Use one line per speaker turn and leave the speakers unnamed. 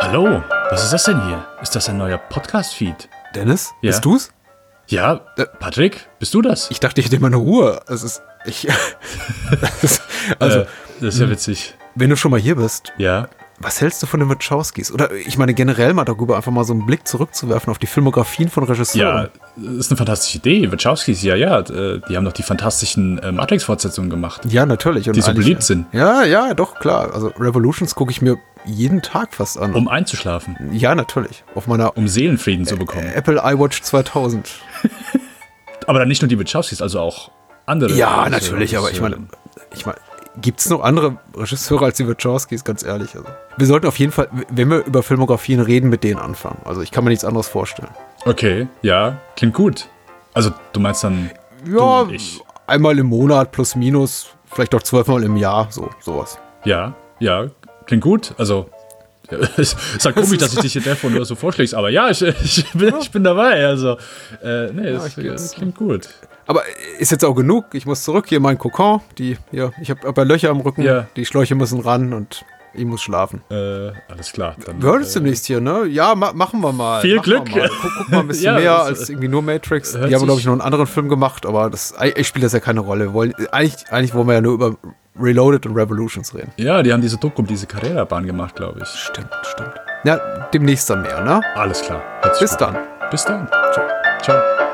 Hallo, was ist das denn hier? Ist das ein neuer Podcast-Feed?
Dennis,
Ja.
bist du's?
Ja, äh, Patrick, bist du das?
Ich dachte, ich hätte mal eine Ruhe. Es ist. Ich, Es ist- also,
äh, das ist ja witzig.
wenn du schon mal hier bist,
Ja.
was hältst du von den Wachowskis? Oder ich meine, generell mal darüber einfach mal so einen Blick zurückzuwerfen auf die Filmografien von
Ja,
Regisseuren.
das ist eine fantastische Idee. Wachowskis, ja, ja, äh, die haben doch die fantastischen äh, Matrix-Fortsetzungen gemacht.
Ja, natürlich. Und
Die so
eigentlich-
beliebt sind.
Ja, ja, doch, klar. Also, Revolutions gucke ich mir jeden Tag fast an.
Um einzuschlafen,
ja, natürlich. Auf meiner
um Seelenfrieden zu bekommen.
Apple iWatch 2000.
Aber dann nicht nur die Wachowskis, also auch andere.
äh. Ja,
Regisseure,
natürlich, aber ich
Regisseure.
meine, ich meine, gibt es noch andere Regisseure als die Wachowskis, ganz ehrlich? Also, wir sollten auf jeden Fall, wenn wir über Filmografien reden, mit denen anfangen. Also ich kann mir nichts anderes vorstellen.
Okay, ja, klingt gut. Also, du meinst dann.
Ja,
Du, ich.
einmal im Monat plus minus, vielleicht auch zwölfmal im Jahr, so sowas.
Ja, ja, klingt gut. Also, ja, es ist halt komisch, dass ich dich hier davon nur so vorschlägst, aber ja, ich, ich, bin, ich bin dabei. Also, äh, nee, es,
ich
es klingt gut.
Aber äh, ist jetzt auch genug. Ich muss zurück hier in meinen Kokon. Die, hier, ich habe hab ja Löcher am Rücken.
Ja.
Die Schläuche müssen ran und ich muss schlafen.
Äh, alles klar. Dann,
Wir hören uns demnächst hier, ne? Ja, ma machen wir mal.
Viel
machen wir
Glück.
Mal. Guck, guck mal ein bisschen
Ja,
mehr
das,
als irgendwie nur Matrix. Die
hört
haben, glaube
sich-
ich, noch einen anderen Film gemacht, aber das eigentlich- eigentlich spielt das ja keine Rolle. Wir wollen, eigentlich, eigentlich wollen wir ja nur über Reloaded und Revolutions reden.
ja, die haben diese Doku um diese Carrera-Bahn gemacht, glaube ich.
Stimmt, stimmt. Ja, demnächst dann mehr, ne?
Alles klar. Hört sich
Bis
gut
dann.
an. Bis dann. Ciao. Ciao.